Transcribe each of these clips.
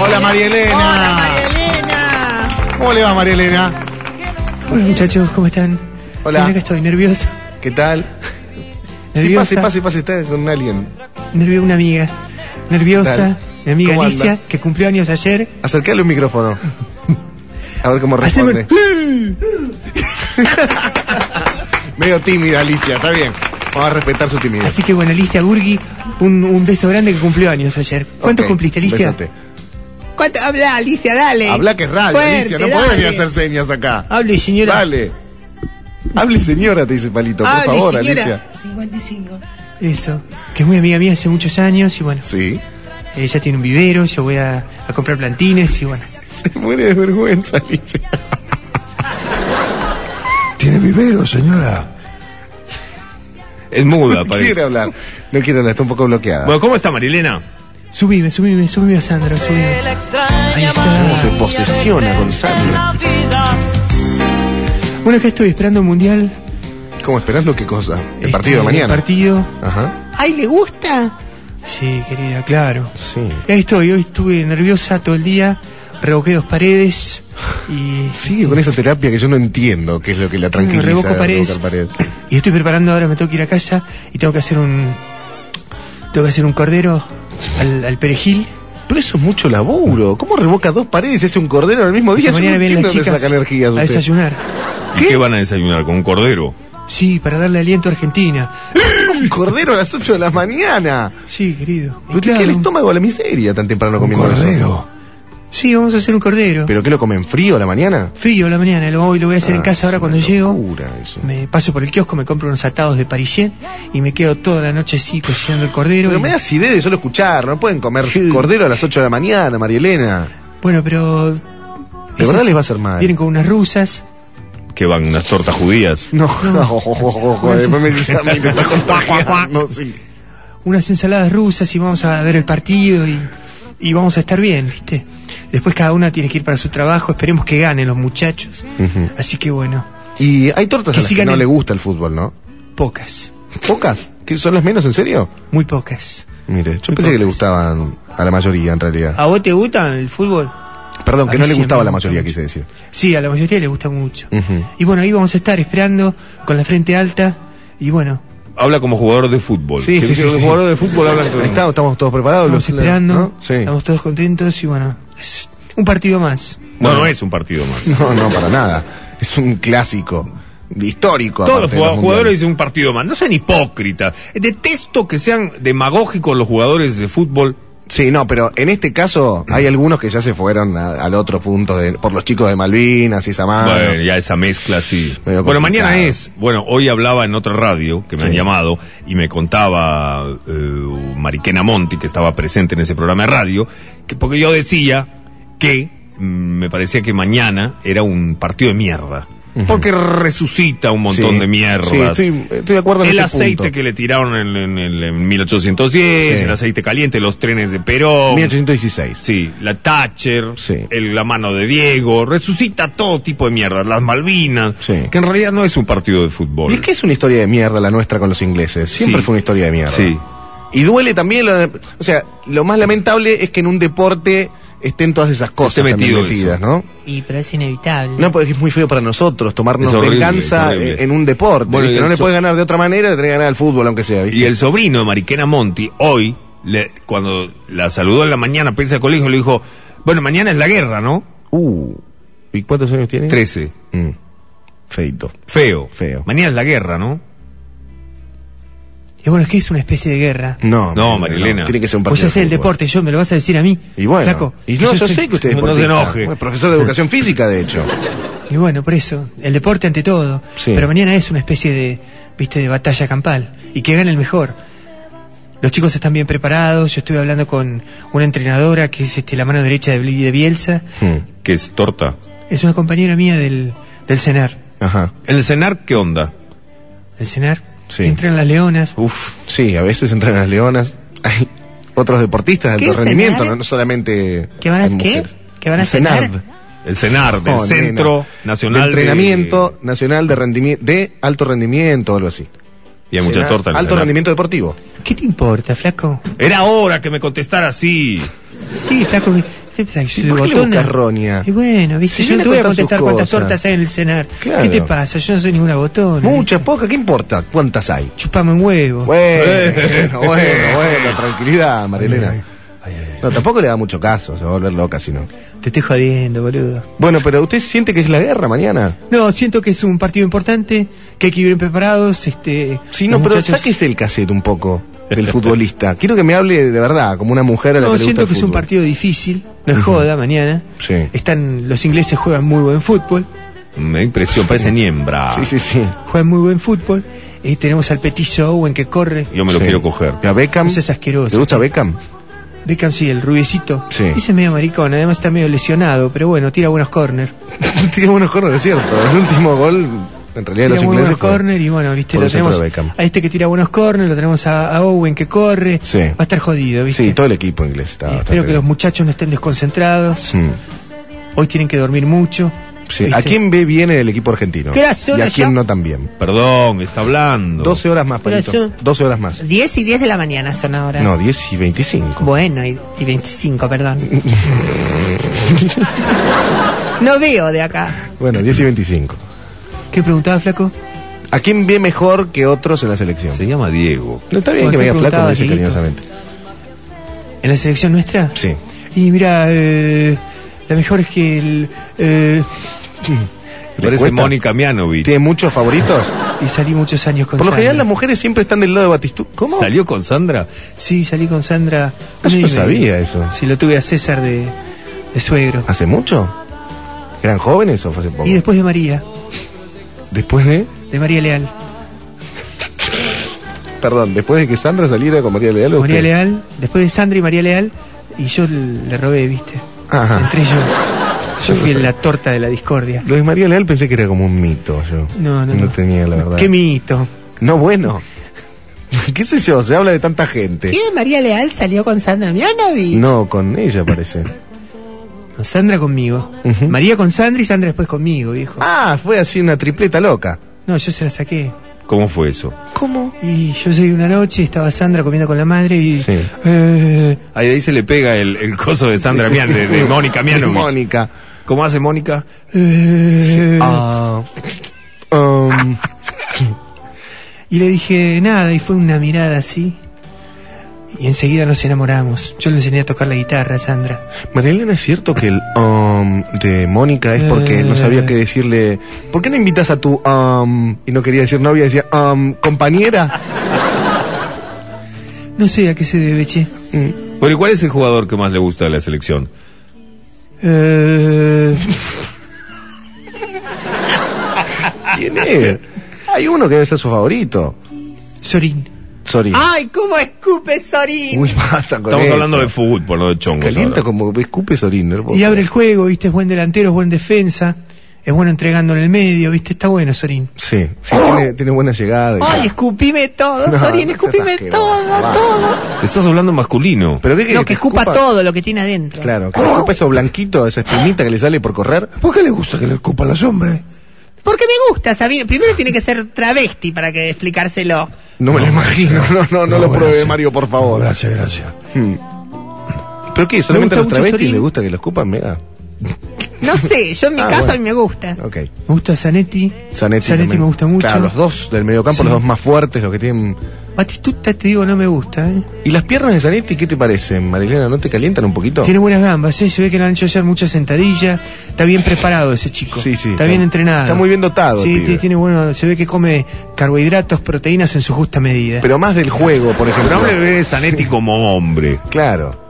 Hola María Elena. Hola, María Elena. ¿Cómo le va María Elena? Hola muchachos, ¿cómo están? Hola. Mira que estoy nerviosa. ¿Qué tal? Sí, Nerviosa. pase, pase, pase, está con alguien. Nerviosa una amiga. Nerviosa, Dale. mi amiga ¿Cómo anda? Alicia, que cumplió años ayer. Acercale un micrófono. A ver cómo Haceme responde. Medio tímida Alicia, está bien. Vamos a respetar su timidez. Así que bueno, Alicia Burgi, un, un beso grande que cumplió años ayer. ¿Cuántos Ok, cumpliste, Alicia? besate. ¿Cuánto habla Alicia? Dale. Habla que es radio, Fuerte, Alicia, no podés venir a dale. hacer señas acá. Hable, señora. Dale. Hable señora, te dice Palito, por Hable, favor, señora. Alicia. 55. Eso, que es muy amiga mía hace muchos años y bueno, Sí. ella tiene un vivero, yo voy a, a comprar plantines y bueno. Se muere de vergüenza, Alicia. Tiene vivero, señora. Es muda, No quiere parece. hablar. No quiere hablar, está un poco bloqueada. Bueno, ¿cómo está Marilena? Subime, subime, subime a Sandra, subime. Ahí ¿Cómo se está. posesiona con Sandra? Bueno, acá estoy esperando el mundial. ¿Cómo esperando qué cosa? El Este, partido de mañana. El partido. Ajá. Ay, ¿le gusta? Sí, querida, claro. Sí. Ahí estoy, hoy estuve nerviosa todo el día, revoqué dos paredes y... Sigue con esa terapia que yo no entiendo qué es lo que la tranquiliza. revoco de Mm, paredes. revocar pared. Y estoy preparando ahora, me tengo que ir a casa y tengo que hacer un... Tengo que hacer un cordero al, al perejil. Pero eso es mucho laburo. ¿Cómo revoca dos paredes y hace un cordero en el mismo día? Porque Yo no mañana vienen entiendo las dónde chicas saca energía a usted. desayunar. ¿Y ¿Qué? van a desayunar? ¿Con un cordero? Sí, para darle aliento a Argentina. Un cordero a las 8 de la mañana. Sí, querido. ¿Pero qué Claro. el estómago a la miseria tan temprano Un comiendo eso? cordero. Sí, vamos a hacer un cordero. ¿Pero qué lo comen frío a la mañana? Frío a la mañana, lo voy, lo voy a hacer en Ah, casa ahora es una cuando llego. locura eso. Me paso por el kiosco, me compro unos atados de parisien y me quedo toda la noche así cocinando el cordero. Pero y- me das idea de solo escuchar, no pueden comer Sí. cordero a las 8 de la mañana, María Elena. Bueno, pero... De verdad les va a hacer mal. Vienen con unas rusas. ¿Qué van? ¿Unas tortas judías? No, no, después me dices a mí, me está contagiando, sí. unas ensaladas rusas y vamos a ver el partido y, y vamos a estar bien, ¿viste? Después cada una tiene que ir para su trabajo, esperemos que ganen los muchachos. Ujú. Así que bueno, Y hay tortas Que a las que sigan no en- le gusta el fútbol, ¿no? pocas, ¿Pocas? ¿Que ¿Son las menos, en serio? muy pocas. Mire, yo Muy pensé que le pocas. gustaban a la mayoría, en realidad. ¿A vos te gusta el fútbol? Perdón, que a Ah, no mí le sí, gustaba me a la gusta mayoría, mucho. quise decir. Sí, a la mayoría le gusta mucho. Ujú. Y bueno, ahí vamos a estar esperando con la frente alta y bueno, Habla como jugador de fútbol. Sí, sí, sí, Los sí. jugadores de fútbol hablan con... Estamos, estamos todos preparados, estamos los- esperando, ¿no? Sí. estamos todos contentos y bueno, es un partido más. No, no es un partido más. No, no, para nada. Es un clásico histórico. Todos los aparte de jugadores mundiales. dicen un partido más. No sean hipócritas. Detesto que sean demagógicos los jugadores de fútbol. Sí, no, pero en este caso hay algunos que ya se fueron a- al otro punto de- por los chicos de Malvinas y esa mano. Bueno, ya esa mezcla, sí. Ah. Medio Bueno, mañana complicado. es. Bueno, hoy hablaba en otra radio que me han Sí. llamado y me contaba eh, Mariquena Monti, que estaba presente en ese programa de radio, que porque yo decía que mm, me parecía que mañana era un partido de mierda. Porque resucita un montón Sí. de mierdas. Sí, estoy, estoy de acuerdo en El ese aceite punto. que le tiraron en, en- en- en 1810, Sí. el aceite caliente, los trenes de Perón. 1816. Sí, la Thatcher, Sí. el- la mano de Diego, resucita todo tipo de mierda, las Malvinas, Sí. que en realidad no es un partido de fútbol. Y es que es una historia de mierda la nuestra con los ingleses. Siempre Sí. fue una historia de mierda. Sí. Y duele también, lo- o sea, lo más lamentable es que en un deporte estén todas esas cosas Esté también metido metidas, eso. ¿no? Y pero es inevitable. No, porque es muy feo para nosotros tomarnos Es horrible, venganza horrible. en- en un deporte. Bueno, ¿viste? y no el le so- puedes ganar de otra manera, le tenés que ganar al fútbol, aunque sea. ¿viste? Y el sobrino de Mariquena Monti, hoy, le- cuando la saludó en la mañana para irse al colegio, le dijo, bueno, mañana es la guerra, ¿no? Uh, ¿Y cuántos años tiene? Trece. Mm. Feito. Feo. Feo. Mañana es la guerra, ¿no? Y bueno, es que es una especie de guerra. No, No, Marilena. Tiene que ser un Vos partido. de haces Pues el fútbol. deporte, yo me lo vas a decir a mí. Y bueno. flaco. y no, yo, soy- sé que usted es no se deportista. enoje. Bueno, profesor de educación física, de hecho. Y bueno, por eso, el deporte ante todo. Sí. Pero mañana es una especie de, viste, de batalla campal. Y que gane el mejor. Los chicos están bien preparados. Yo estuve hablando con una entrenadora que es este, la mano derecha de, Bli- de Bielsa. Que es torta. Es una compañera mía del, del CENAR. Ajá. ¿El cenar qué onda? ¿El CENAR? Sí. Que Entran las leonas. Uf. Sí, a veces entrenan las leonas. Hay otros deportistas de ¿Qué alto es rendimiento, cenar? no, no solamente. ¿Qué van a- hay qué? mujeres. ¿Qué Oh, van a Cenar. cenar? El cenar del No, nena. Centro Nacional de Entrenamiento Nacional de rendimi- de Alto Rendimiento, o algo así. Y hay mucha Cenar- torta. en el Alto cenar. rendimiento deportivo. ¿Qué te importa, flaco? Era hora que me contestara así. Sí, flaco. ¿Qué pasa que ¿Y yo soy por qué le botona? buscas roña? Y bueno, viste, Si yo viene a no te voy contar a sus contestar cuántas cosas. tortas hay en el cenar. Claro. ¿Qué te pasa? Yo no soy ninguna botona. Muchas, pocas, ¿qué importa cuántas hay? Chupame un huevo. Bueno, bueno, bueno, tranquilidad, Marilena. Ay, ay, No, tampoco le da mucho caso, se va a volver loca si no. Te estoy jodiendo, boludo. Bueno, pero ¿usted siente que es la guerra mañana? No, siento que es un partido importante, que hay que ir bien preparados, este... Sí, no, los pero muchachos- sáquese el cassette un poco del futbolista. Quiero que me hable de verdad, como una mujer a la No, que le gusta siento el que es un fútbol. partido difícil, no es joda mañana. Sí. Están, los ingleses juegan muy buen fútbol, Me da impresión, parece niembra. Sí, sí, sí. juegan muy buen fútbol. Eh, tenemos al Petit Owen que corre. Yo me lo Sí. quiero coger. ¿Y a Beckham? No seas asqueroso. ¿Te gusta Beckham? Beckham sí, el rubiecito. Sí. Ese es medio maricón, además está medio lesionado, pero bueno, tira buenos corners. Tiene buenos corners, es cierto. El último gol, en realidad, de Tira los muy ingleses. buenos fue- corners y bueno, viste, por lo el centro tenemos de Beckham. a este que tira buenos corners, lo tenemos a, a Owen que corre. Sí. Va a estar jodido, viste. Sí, todo el equipo inglés está Eh, bastante espero que los bien. muchachos no estén desconcentrados. Mm, Hoy tienen que dormir mucho. sí. ¿viste? ¿A quién ve bien el equipo argentino? Corazón y a allá. quién no también. Perdón, está hablando. 12 horas más, Palito. Corazón. 12 horas más. 10 y 10 de la mañana son ahora. No, 10 y 25. Bueno, y, y 25, perdón. No veo de acá. Bueno, 10 y 25. ¿Qué preguntaba, Flaco? ¿A quién ve mejor que otros en la selección? Se llama Diego. No está bien que Bueno, me te diga flaco, me preguntaba, dice Dieguito. cariñosamente. ¿En la selección nuestra? Sí. Y mira, eh, la mejor es que el... eh, ¿Le Parece cuesta? Mónica Mianovich. ¿Tiene muchos favoritos? y salí muchos años con Por lo Sandra. general las mujeres siempre están del lado de Batistú. ¿Cómo? ¿Salió con Sandra? Sí, salí con Sandra. Ah, yo un no año y sabía Ah, medio. eso. Sí, lo tuve a César de, de suegro. ¿Hace mucho? ¿Eran jóvenes o fue hace poco? Y después de María, Después de... de María Leal. Perdón, después de que Sandra saliera con María Leal. ¿o María usted? Leal, después de Sandra y María Leal, y yo le robé, viste. Ajá. Entré yo. Yo no fui sabía. la torta de la discordia. Lo de María Leal pensé que era como un mito yo. No, no, No tenía, la verdad. Qué mito. No, bueno. ¿Qué sé yo? Se habla de tanta gente. ¿Qué? María Leal salió con Sandra Mianovich. No, con ella parece. Sandra conmigo. Ujú. María con Sandra y Sandra después conmigo, viejo. Ah, fue así una tripleta loca. No, yo se la saqué. ¿Cómo fue eso? ¿Cómo? Y yo llegué una noche, estaba Sandra comiendo con la madre y... Sí. eh, Ahí, ahí se le pega el, el coso de Sandra Mian, de, de Mónica Mianovich. Mónica. ¿Cómo hace Mónica? eh, Ah. Um, Y le dije nada y fue una mirada así. Y enseguida nos enamoramos. Yo le enseñé a tocar la guitarra a Sandra. María Elena, ¿es cierto que el um, de Mónica es porque no sabía qué decirle? ¿Por qué no invitas a tu um, y no quería decir novia, decía um, compañera? No sé a qué se debe, che. Mm. Bueno, ¿y cuál es el jugador que más le gusta de la selección? Eh, ¿Quién es? Hay uno que debe ser su favorito. Sorín. Sorry. Ah. Ay, cómo escupe Sorín. Uy, basta con Estamos eso. hablando de fútbol, no de chongos. Calienta ahora. como escupe Sorín. ¿no? Y abre el juego, viste, es buen delantero, es buen defensa. Es bueno entregando en el medio, viste, está bueno Sorín. Sí, sí, tiene, tiene buena llegada. y- Ay, escupime todo, No, Sorín, no seas escupime asqueroso, todo, va. todo. Estás hablando masculino. ¿Pero qué querés, No, que escupa, todo lo que tiene adentro. Claro, que escupa eso blanquito, esa espinita que le sale por correr. ¿Por qué le gusta que le escupan los hombres? Porque me gusta, Sabino. Primero tiene que ser travesti para que explicárselo. No me lo imagino, no, no, no, lo pruebe, gracias. Mario, por favor. No, gracias, gracias. Hmm. ¿Pero qué? ¿Solamente a Me los gusta mucho travestis Sorín. le gusta que los escupan? Mega. No sé, yo en mi Ah, caso bueno. a mí me gusta. Ok. Me gusta Zanetti. Zanetti, también. me gusta mucho. Claro, los dos del mediocampo, Sí. los dos más fuertes, los que tienen... Batistuta, te digo, no me gusta, ¿eh? ¿Y las piernas de Zanetti qué te parecen, Marilena? ¿No te calientan un poquito? Tiene buenas gambas, ¿eh? se ve que le han hecho ayer muchas sentadillas. Está bien preparado ese chico. Sí, sí, Está está- bien entrenado. está muy bien dotado, Sí, el pibe. ti- tiene bueno. Se ve que come carbohidratos, proteínas en su justa medida. Pero más del juego, por Pero ejemplo. no me ves Zanetti como hombre. Claro.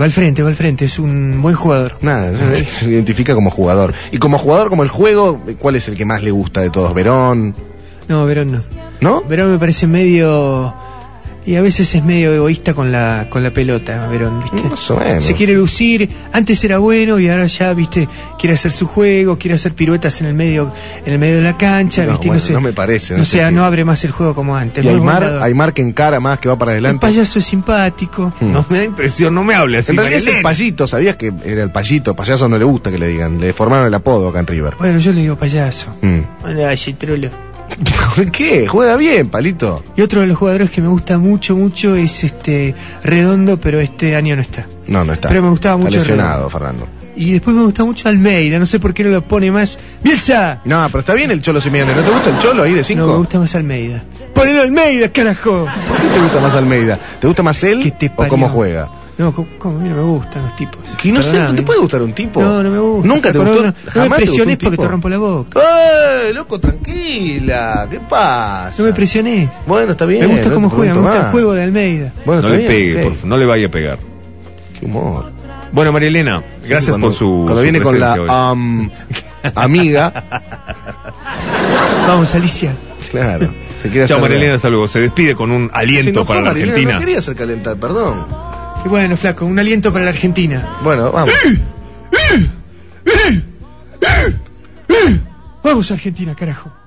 Va al frente, va al frente. Es un buen jugador. Nada, se identifica como jugador. Y como jugador, como el juego, ¿cuál es el que más le gusta de todos? Verón, No, Verón no. ¿no? Verón me parece medio. Y a veces es medio egoísta con la, con la pelota, Verón, ¿viste? Más o menos. Se quiere lucir, antes era bueno y ahora ya, viste, quiere hacer su juego, quiere hacer piruetas en el medio, en el medio de la cancha, No, viste, bueno, no, sé, no me parece, no No, sé sea, qué. no abre más el juego como antes. Y muy Aymar, buen Aymar que encara más, que va para El adelante. payaso es simpático. Hmm. No me da impresión, no me hable así. en realidad es el Marilena. payito, ¿sabías que era el payito? Payaso no le gusta que le digan, le formaron el apodo acá en River. Bueno, yo le digo payaso. Mm. Hola, Getrolo. ¿Por qué? Juega bien, palito. Y otro de los jugadores que me gusta mucho, mucho es este Redondo, pero este año no está. No, no está. Pero me gustaba Está mucho lesionado, Fernando. Y después me gusta mucho Almeida, no sé por qué no lo pone más. ¡Bielsa! No, pero está bien el Cholo Simeone. ¿No te gusta el Cholo ahí de 5? No, me gusta más Almeida. ¡Ponelo Almeida, carajo! ¿Por qué te gusta más Almeida? ¿Te gusta más ¿Qué él te ¿Eh? o parió? cómo juega? No, co- como a mí no me gustan los tipos. Que no sé, ¿no Perdóname. te puede gustar un tipo? No, no me gusta. Nunca te Pero gustó. no- no me jamás te gustó un presiones porque tipo? te rompo la boca. ¡Eh, loco, tranquila! ¿Qué pasa? No me presiones. Bueno, está bien. Me gusta no cómo te juega, pregunto me gusta el más. juego de Almeida. Bueno, no está le bien, pegue, ok. por favor, no le vaya a pegar. Qué humor. Bueno, María Elena, gracias Sí, cuando- por su. Cuando su viene con la presencia hoy. am, amiga. Vamos, Alicia. Claro. Se quiere Chao, hacer- Marilena, hasta luego. Se despide con un Se aliento enojó, para la Marilena, Argentina. No quería hacer calentar, perdón. Y bueno, flaco, un aliento para la Argentina. Bueno, vamos. Vamos Argentina, carajo.